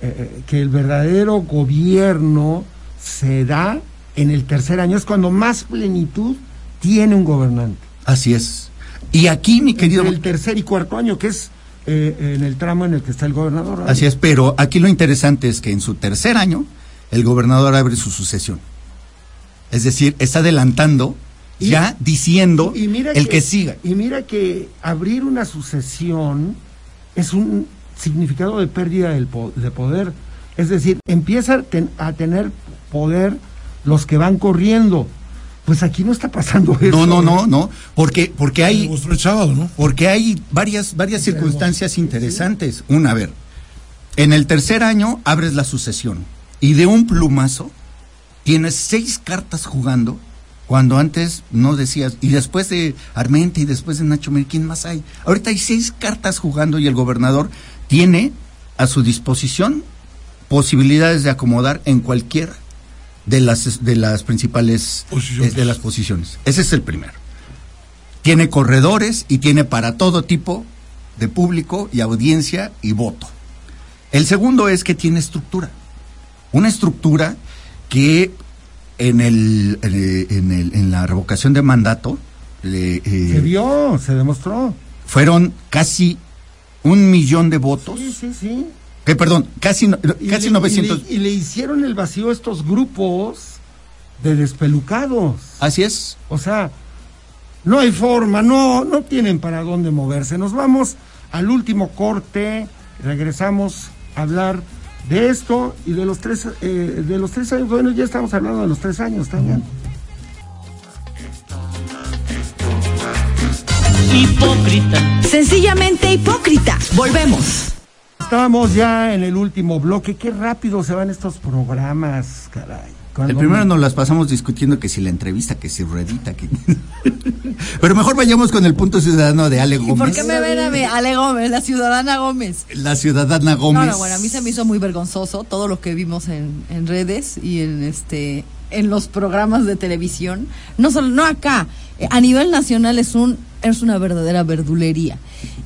eh, eh, que el verdadero gobierno se da en el tercer año, es cuando más plenitud tiene un gobernante.
así es. Y aquí, mi querido...
Entre el tercer y cuarto año, que es eh, en el tramo en el que está el gobernador.
Así es, pero aquí lo interesante es que en su tercer año el gobernador abre su sucesión. Es decir, está adelantando,
Y-
ya diciendo
Y mira
el que, siga.
Y mira que abrir una sucesión es un significado de pérdida del po- de poder. Es decir, empieza a, ten- a tener poder los que van corriendo. Pues aquí no está pasando eso.
No, no, no, no, porque porque
Ahí.
hay
Mostró el sábado, ¿no?
porque hay varias varias circunstancias interesantes. Una, a ver, en el tercer año abres la sucesión y de un plumazo tienes seis cartas jugando cuando antes no decías, y después de Armente y después de Nacho Mir, ¿quién más hay? Ahorita hay seis cartas jugando y el gobernador tiene a su disposición posibilidades de acomodar en cualquiera de las, de las principales
Posiciones.
eh, de las posiciones. Ese es el primero. Tiene corredores y tiene para todo tipo de público y audiencia y voto. El segundo es que tiene estructura. Una estructura que en, el, en, el- en el- en la revocación de mandato le, eh,
Se vio, se demostró.
fueron casi un millón de votos.
Sí, sí, sí.
Que perdón, casi, no-
Y
casi
le- Y
900.
le, y le hicieron el vacío a estos grupos de despelucados.
Así es.
O sea, no hay forma, no, no tienen para dónde moverse. Nos vamos al último corte, regresamos a hablar de esto y de los tres, eh, de los tres años. Bueno, ya estamos hablando de los tres años también.
hipócrita.
Sencillamente hipócrita. Volvemos.
Estábamos ya en el último bloque. Qué rápido se van estos programas, caray.
El
Cuando-
primero nos las pasamos discutiendo que si la entrevista, que si redita, que. Pero mejor vayamos con el punto ciudadano de Ale
¿Y
Gómez.
por qué me ven a mí? Ale Gómez, la ciudadana Gómez.
La ciudadana Gómez.
No, no, bueno, a mí se me hizo muy vergonzoso todo lo que vimos en, en redes y en este en los programas de televisión, no solo no acá, eh, a nivel nacional es un es una verdadera verdulería.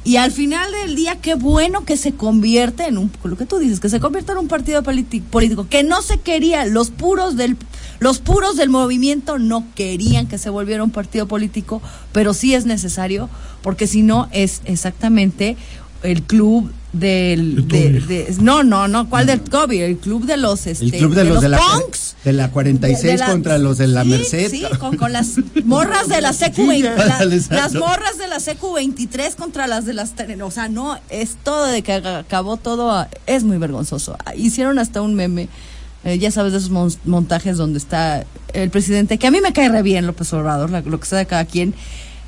Y al final del día qué bueno que se convierte en un lo que tú dices, que se convierta en un partido politi- político que no se quería, los puros del los puros del movimiento no querían que se volviera un partido político, pero sí es necesario porque si no es exactamente el club del,
Del
de- de- no no no cuál del Kobe el club de los este,
El club de, los, de la,
punks
de la 46
De- de la-
contra los de la
sí,
Merced.
sí, con, con las morras de la CQ la-
Ándale, exacto.
las morras de la CQ 23 contra las de las tele- o sea no es todo de que aga- acabó todo a- es muy vergonzoso Ah, hicieron hasta un meme eh, ya sabes de esos mon- montajes donde está el presidente que a mí me cae re bien López Obrador la- lo que sea de cada quien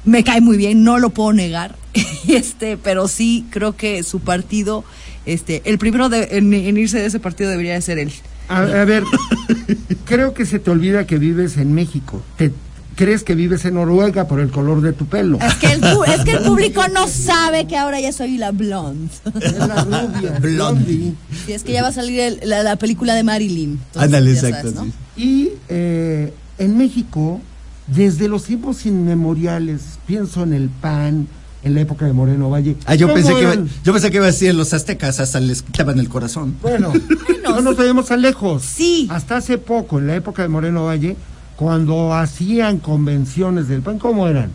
me cae muy bien, no lo puedo negar. Este, pero sí creo que su partido, este, el primero de- en, en irse de ese partido debería de ser él.
A, a ver, creo que se te olvida que vives en México. Te crees que vives en Noruega por el color de tu pelo.
Es que el, pu- es que el público no sabe que ahora ya soy la blonde.
Es la rubia, blondie.
Y es que ya va a salir el- la, la película de Marilyn. Entonces,
Ándale,
ya
exacto.
sabes, ¿no?
sí.
Y eh, en México, desde los tiempos inmemoriales, pienso en el PAN, en la época de Moreno Valle.
Ah, yo
¿Cómo
pensé, que iba,
eran?
yo pensé que iba a decir los aztecas, hasta les quitaban el corazón.
Bueno, no nos vayamos tan lejos.
Sí.
Hasta hace poco, en la época de Moreno Valle, cuando hacían convenciones del PAN, ¿cómo eran?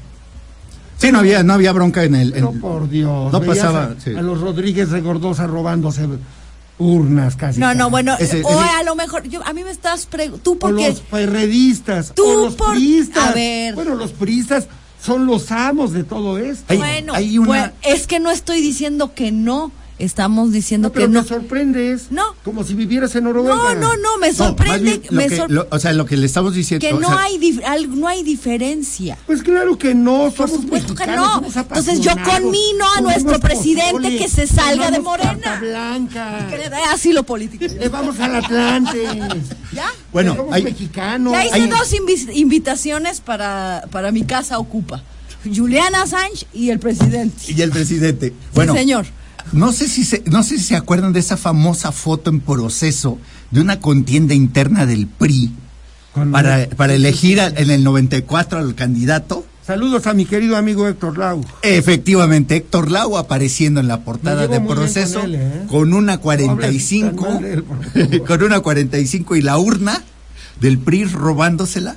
Sí, no había, no había bronca en el. en-
No, por Dios.
No
veías
pasaba,
a,
sí.
a los Rodríguez de Gordosa robándose urnas casi.
No,
casi.
no, bueno,
Ese-
o
ese-
a lo mejor, yo, a mí me estás preguntando, tú
O
porque...
los perredistas,
Tú
o los
por-
priistas.
a ver.
Bueno, los priistas son los amos de todo esto.
Ay,
bueno,
hay una-
bueno, es que no estoy diciendo que no, estamos diciendo
no, pero
que no.
te sorprendes.
No.
Como si vivieras en Noruega.
No, no, no, me
No, más
sorprende,
bien, lo
me
que-
sor-
lo- o sea, lo que le estamos diciendo.
que
o
no
sea,
hay dif- al- no hay diferencia.
Pues claro que no,
Por
somos
supuesto que
mexicanos,
no.
somos
Entonces yo
apasionados,
conmino a
comemos
nuestro presidente
pozole,
que se salga de
tomamos
Morena.
carta blanca.
Que le dé asilo político.
Le vamos al Atlante.
¿Ya?
Bueno,
somos
hay-
mexicanos.
Ya hice
hay-
dos invi- invitaciones para, para mi casa ocupa. Juliana Sánchez y el presidente.
Y el presidente. Bueno,
señor.
No sé, si se, no sé si se acuerdan de esa famosa foto en proceso de una contienda interna del PRI
Con-
para, para elegir al- en el 94 al candidato.
Saludos a mi querido amigo Héctor Lau.
Efectivamente, Héctor Lau apareciendo en la portada
llevo
de
muy bien
proceso
con él, ¿eh?
con una
No
45,
hables tan mal de él, por favor.
con una 45 y la urna del PRI robándosela.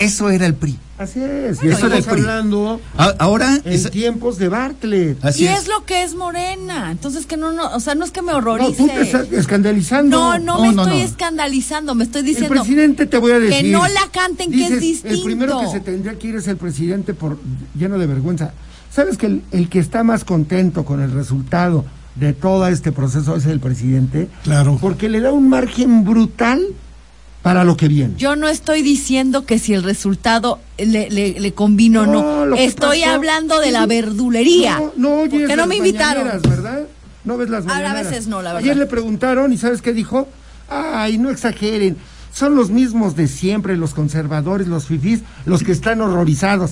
Eso era el PRI.
Así es. y
Bueno, y
estamos
el PRI.
hablando
A- ahora
en
es-
tiempos de Bartlett.
así
Y
es.
es lo que es morena. Entonces que no, no, o sea, no es que me
No, tú te
horrorice.
estás escandalizando.
No, no me
No, no,
estoy
no.
escandalizando, me estoy
El
diciendo.
presidente te voy a decir.
no la canten, que es
El primero que
distinto.
se tendría que ir es el presidente por lleno de vergüenza. ¿Sabes que el, el que está más contento con el resultado de todo este proceso es el presidente?
Claro.
Porque le da un margen brutal para lo que viene.
Yo no estoy diciendo que si el resultado le, le, le combino o no.
No, lo que
Estoy
pasó-
hablando de la
Sí.
verdulería.
No, no oyes
Porque no
las
me invitaron.
mañaneras, ¿verdad? No ves las
Ahora, a
mañaneras.
veces no, la verdad.
Ayer le preguntaron y ¿sabes qué dijo? Ay, no exageren. Son los mismos de siempre, los conservadores, los fifís, los que están horrorizados.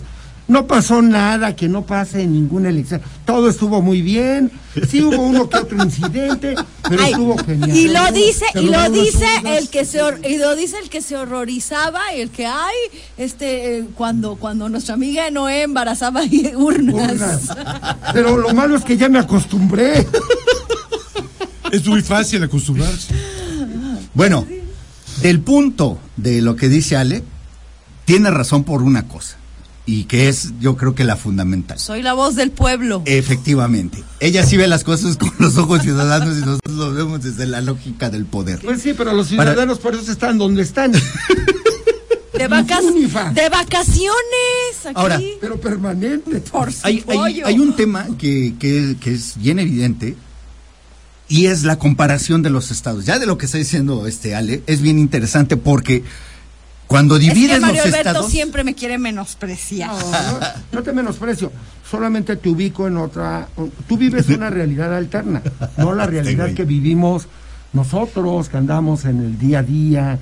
No pasó nada que no pase en ninguna elección. Todo estuvo muy bien. Sí hubo uno que otro incidente, pero
Ay,
estuvo genial.
y lo dice
Se
y lo
robaron las
dice
urnas.
el que se hor- y lo dice el que se horrorizaba y el que ay este eh, cuando cuando nuestra amiga Noé embarazaba y urnas.
Urnas. Pero lo malo es que ya me acostumbré.
Es muy fácil acostumbrarse.
Bueno, del punto de lo que dice Ale, tiene razón por una cosa, y que es yo creo que la fundamental.
Soy la voz del pueblo.
Eh, Efectivamente, ella sí ve las cosas con los ojos ciudadanos y nosotros lo vemos desde la lógica del poder.
Pues sí, pero los
Para-
ciudadanos por eso están donde están.
De vacas
Unifa.
de vacaciones aquí.
Ahora,
Pero permanente.
por
Hay, hay-
pollo.
hay un tema que, que- que es bien evidente y es la comparación de los estados. Ya de lo que está diciendo este Ale, es bien interesante porque cuando
es
divides
que Mario
los
Alberto
estados... Ah.
siempre me quiere menospreciar.
No, no, no te menosprecio, solamente te ubico en otra. Tú vives una realidad alterna, no la realidad
güey.
que vivimos nosotros, que andamos en el día a día.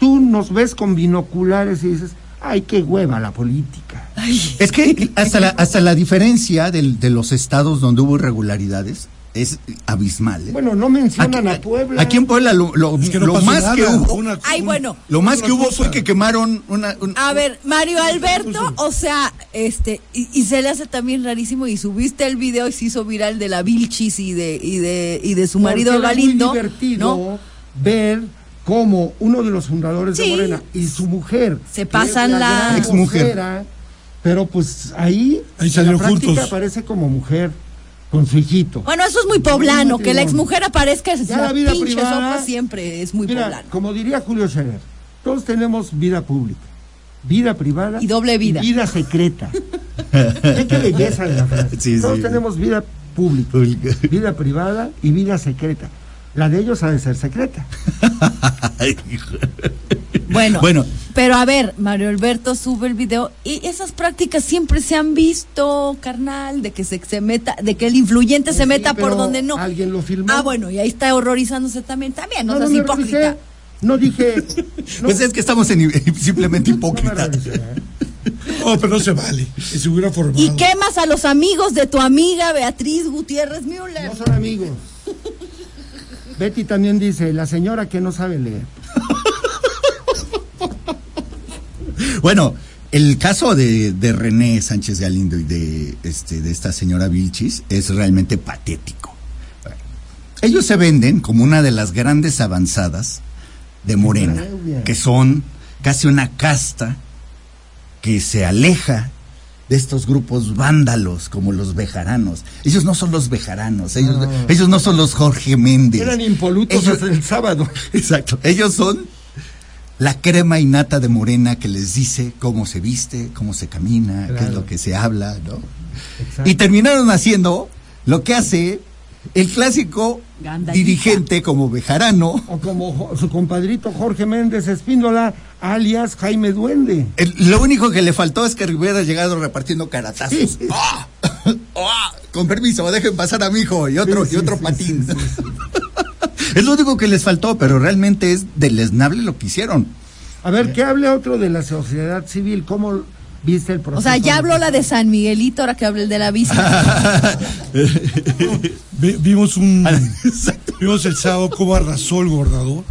Tú nos ves con binoculares y dices, ay, qué hueva la política.
Es que hasta la, hasta la diferencia del- de los estados donde hubo irregularidades es abismal. ¿eh?
Bueno, no mencionan
Aquí-
a Puebla.
Aquí en Puebla lo, lo-
Es que no
lo
pasó
más
nada.
que hubo,
Una-
Ay, bueno.
lo más
una
que hubo
cosa. Ah.
fue que quemaron una... un-
A ver, Mario Alberto, o sea, este, y, y se le hace también rarísimo, y subiste el video y se hizo viral de la Vilchis y de, y de, y de su marido
Porque era
Galindo.
Muy divertido
¿no?
ver cómo uno de los fundadores
Sí.
de Morena y su mujer
Se
que es
pasan la-
gran
Exmujer.
vocera, Pero pues ahí,
Ahí salieron
en la práctica
juntos.
aparece como mujer con su hijito.
Bueno, eso es muy poblano,
Buen
que la
matrimonio.
exmujer aparezca en
Ya la
sus
vida
pinches
privada-
ojos siempre es muy
Mira,
poblano.
como diría Julio Scherer, todos tenemos vida pública, vida privada
Y doble vida.
y vida secreta. Ve qué belleza de la frase.
Sí,
todos
sí.
tenemos vida pública, vida privada y vida secreta. La de ellos ha de ser secreta.
Ay, hijo.
Bueno,
Bueno.
pero a ver, Mario Alberto sube el video y esas prácticas siempre se han visto, carnal, de que se, se meta, de que el influyente se
Pues Sí,
meta por
pero
donde no.
alguien lo filmó.
Ah, bueno, y ahí está horrorizándose también, también, no, seas
me
hipócrita.
realicé, no dije. no,
Pues es que estamos en, simplemente
no me
hipócritas.
realicé, ¿eh?
No, pero no se vale. Si se hubiera formado.
Y quemas a los amigos de tu amiga Beatriz Gutiérrez Müller.
No son amigos. Betty también dice, la señora que no sabe leer.
Bueno, el caso de, de René Sánchez Galindo y de, este, de esta señora Vilchis es realmente patético. Ellos se venden como una de las grandes avanzadas de Morena, que son casi una casta que se aleja de estos grupos vándalos como los bejaranos. Ellos no son los bejaranos, ellos,
No.
ellos no son los Jorge Méndez.
Eran impolutos
Ellos-
hasta el sábado.
Exacto. Ellos son la crema innata de Morena que les dice cómo se viste, cómo se camina, qué es
Claro.
lo que se habla, ¿no? Y terminaron haciendo lo que hace el clásico
Gandallita.
dirigente como Bejarano.
O como jo- su compadrito Jorge Méndez Espíndola, alias Jaime Duende.
El- lo único que le faltó es que hubiera llegado repartiendo caratazos. ¡Ah! ¡Ah! Con permiso, dejen pasar a mi hijo y otro,
Sí, sí,
y otro
sí,
patín. es lo único que les faltó, pero realmente es deleznable lo que hicieron.
A ver, que hable otro de la sociedad civil. ¿Cómo viste el proceso?
O sea, ya habló la de San Miguelito, ahora que hable el de la vista.
Ve- vimos un vimos el sábado cómo arrasó el gobernador,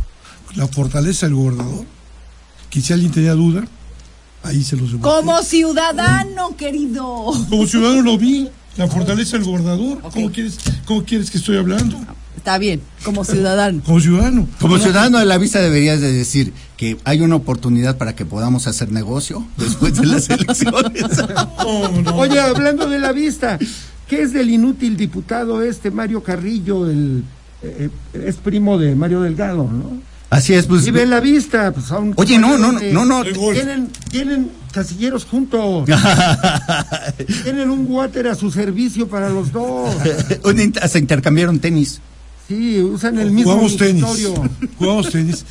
la fortaleza del gobernador. Que si alguien tenía duda, ahí se los demostré.
Como ciudadano, querido.
Como ciudadano lo vi, la fortaleza del gobernador. ¿Cómo, quieres, ¿Cómo quieres que estoy hablando?
Está bien, como ciudadano.
Como ciudadano.
Como ciudadano de la vista deberías de decir que hay una oportunidad para que podamos hacer negocio después de las elecciones.
No, no.
Oye, hablando de la vista, ¿qué es del inútil diputado este Mario Carrillo? El, eh, eh, es primo de Mario Delgado, ¿no?
Así es, pues.
Y ve la vista, pues a un
Oye, no, no,
compañero
no, no.
de-
El gol.
Tienen, tienen casilleros juntos. tienen un water a su servicio para los dos.
Un inter- se intercambiaron tenis.
Sí, usan el mismo
Jugamos tenis.
escritorio.
Jugamos tenis.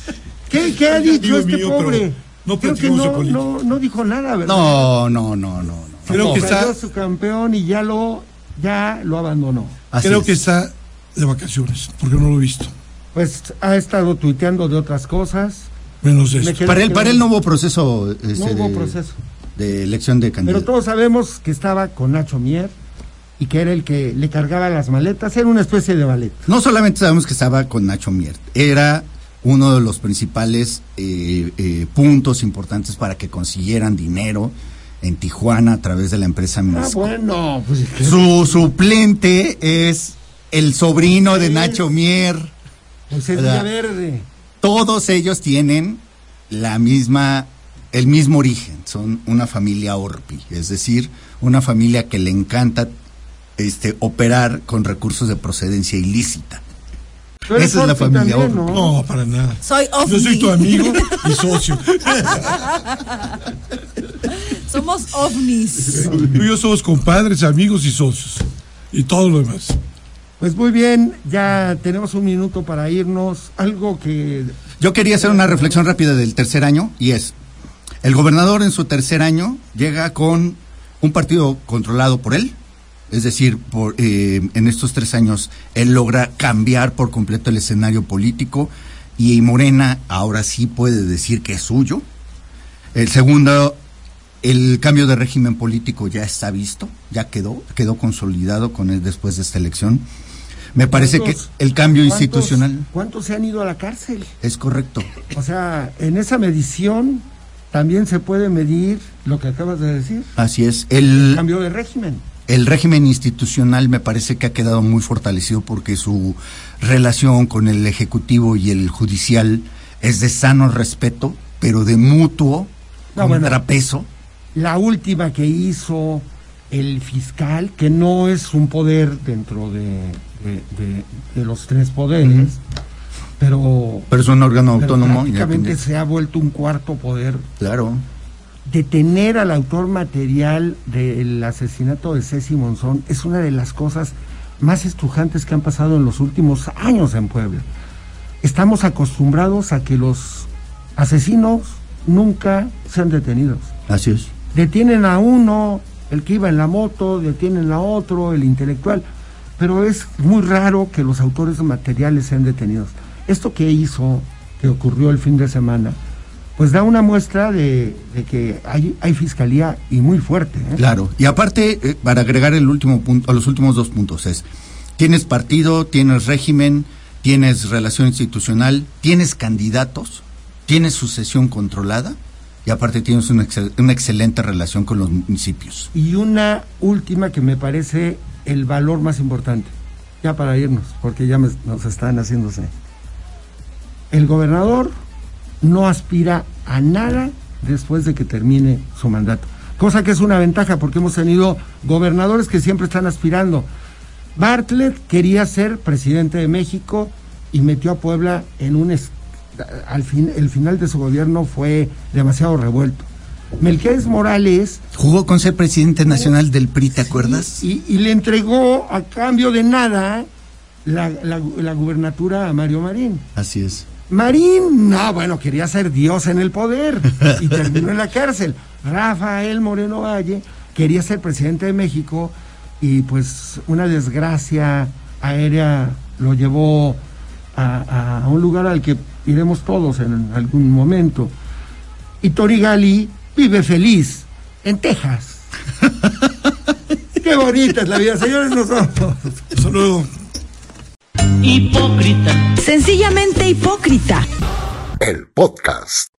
¿Qué, qué ha
Dios
dicho este
mío,
pobre?
pero no
Creo que
platicamos de
no,
política.
no, no dijo nada, ¿verdad?
No, no, no, no. no.
Creo que
Cayó
está,
su campeón y ya lo, ya lo abandonó.
Así
creo
es.
que está de vacaciones, porque no lo he visto.
Pues ha estado tuiteando de otras cosas.
Menos de
Me
esto.
quedo
Para él,
claro.
para él no hubo proceso. este,
No hubo
de-
proceso.
De elección de
Pero
candidato.
todos sabemos que estaba con Nacho Mier y que era el que le cargaba las maletas. Era una especie de ballet.
No solamente sabemos que estaba con Nacho Mier, era uno de los principales eh, eh, puntos importantes para que consiguieran dinero en Tijuana a través de la empresa
Ah,
Minasco.
bueno, pues es que-
Su suplente es el sobrino de Nacho Mier.
pues es
O sea,
Villaverde.
Todos ellos tienen la misma, el mismo origen. Son una familia Orpi, es decir, una familia que le encanta este, operar con recursos de procedencia ilícita.
Tú eres
esa es la
Orpi
familia
también,
Orpi.
¿no?
No, para nada.
Soy
Oh,
Yo soy
ovni.
tu amigo y socio.
Somos ovnis.
Tú y yo somos compadres, amigos y socios. Y todo lo demás.
Pues muy bien, ya tenemos un minuto para irnos. Algo que
Yo quería hacer una reflexión rápida del tercer año y es, el gobernador en su tercer año llega con un partido controlado por él, es decir, por, eh, en estos tres años él logra cambiar por completo el escenario político y Morena ahora sí puede decir que es suyo. El segundo, el cambio de régimen político ya está visto, ya quedó, quedó consolidado con él después de esta elección. Me parece que
¿Cuántos-
el cambio
¿Cuántos-
institucional
¿Cuántos se han ido a la cárcel?
es correcto.
O sea, en esa medición también se puede medir lo que acabas de decir,
Así es. El,
cambio de régimen.
el régimen institucional me parece que ha quedado muy fortalecido porque su relación con el Ejecutivo y el Judicial es de sano respeto, pero de mutuo
No, Ah, bueno.
contrapeso.
La última que hizo el fiscal, que no es un poder dentro de, de- de- de los tres poderes, pero,
Pero es un órgano
pero
autónomo.
prácticamente
independiente.
se ha vuelto un cuarto poder.
Claro.
Detener al autor material del asesinato de Ceci Monzón es una de las cosas más estrujantes que han pasado en los últimos años en Puebla. Estamos acostumbrados a que los asesinos nunca sean detenidos.
Así es.
Detienen a uno, el que iba en la moto, detienen a otro, el intelectual, pero es muy raro que los autores materiales sean detenidos. Esto que hizo, que ocurrió el fin de semana, pues da una muestra de, de que hay, hay fiscalía y muy fuerte. ¿eh?
Claro. Y aparte, eh, para agregar el último punto, a los últimos dos puntos es, tienes partido, tienes régimen, tienes relación institucional, tienes candidatos, tienes sucesión controlada y aparte tienes una, excel- una excelente relación con los municipios.
Y una última que me parece el valor más importante, ya para irnos, porque ya me- nos están haciéndose. El gobernador no aspira a nada después de que termine su mandato. cosa que es una ventaja porque hemos tenido gobernadores que siempre están aspirando. Bartlett quería ser presidente de México y metió a Puebla en un... es- Al fin, el final de su gobierno fue demasiado revuelto. Melquiades Morales
Jugó con ser presidente nacional del PRI, ¿te acuerdas?
y, y le entregó a cambio de nada la, la- la gubernatura a Mario Marín.
Así es.
Marín, no, bueno, quería ser Dios en el poder y terminó en la cárcel. Rafael Moreno Valle quería ser presidente de México y pues una desgracia aérea lo llevó a, a un lugar al que iremos todos en algún momento. Y Tori Gali vive feliz en Texas. Qué bonita es la vida, señores nosotros.
Hasta luego.
hipócrita.
Sencillamente hipócrita.
El podcast.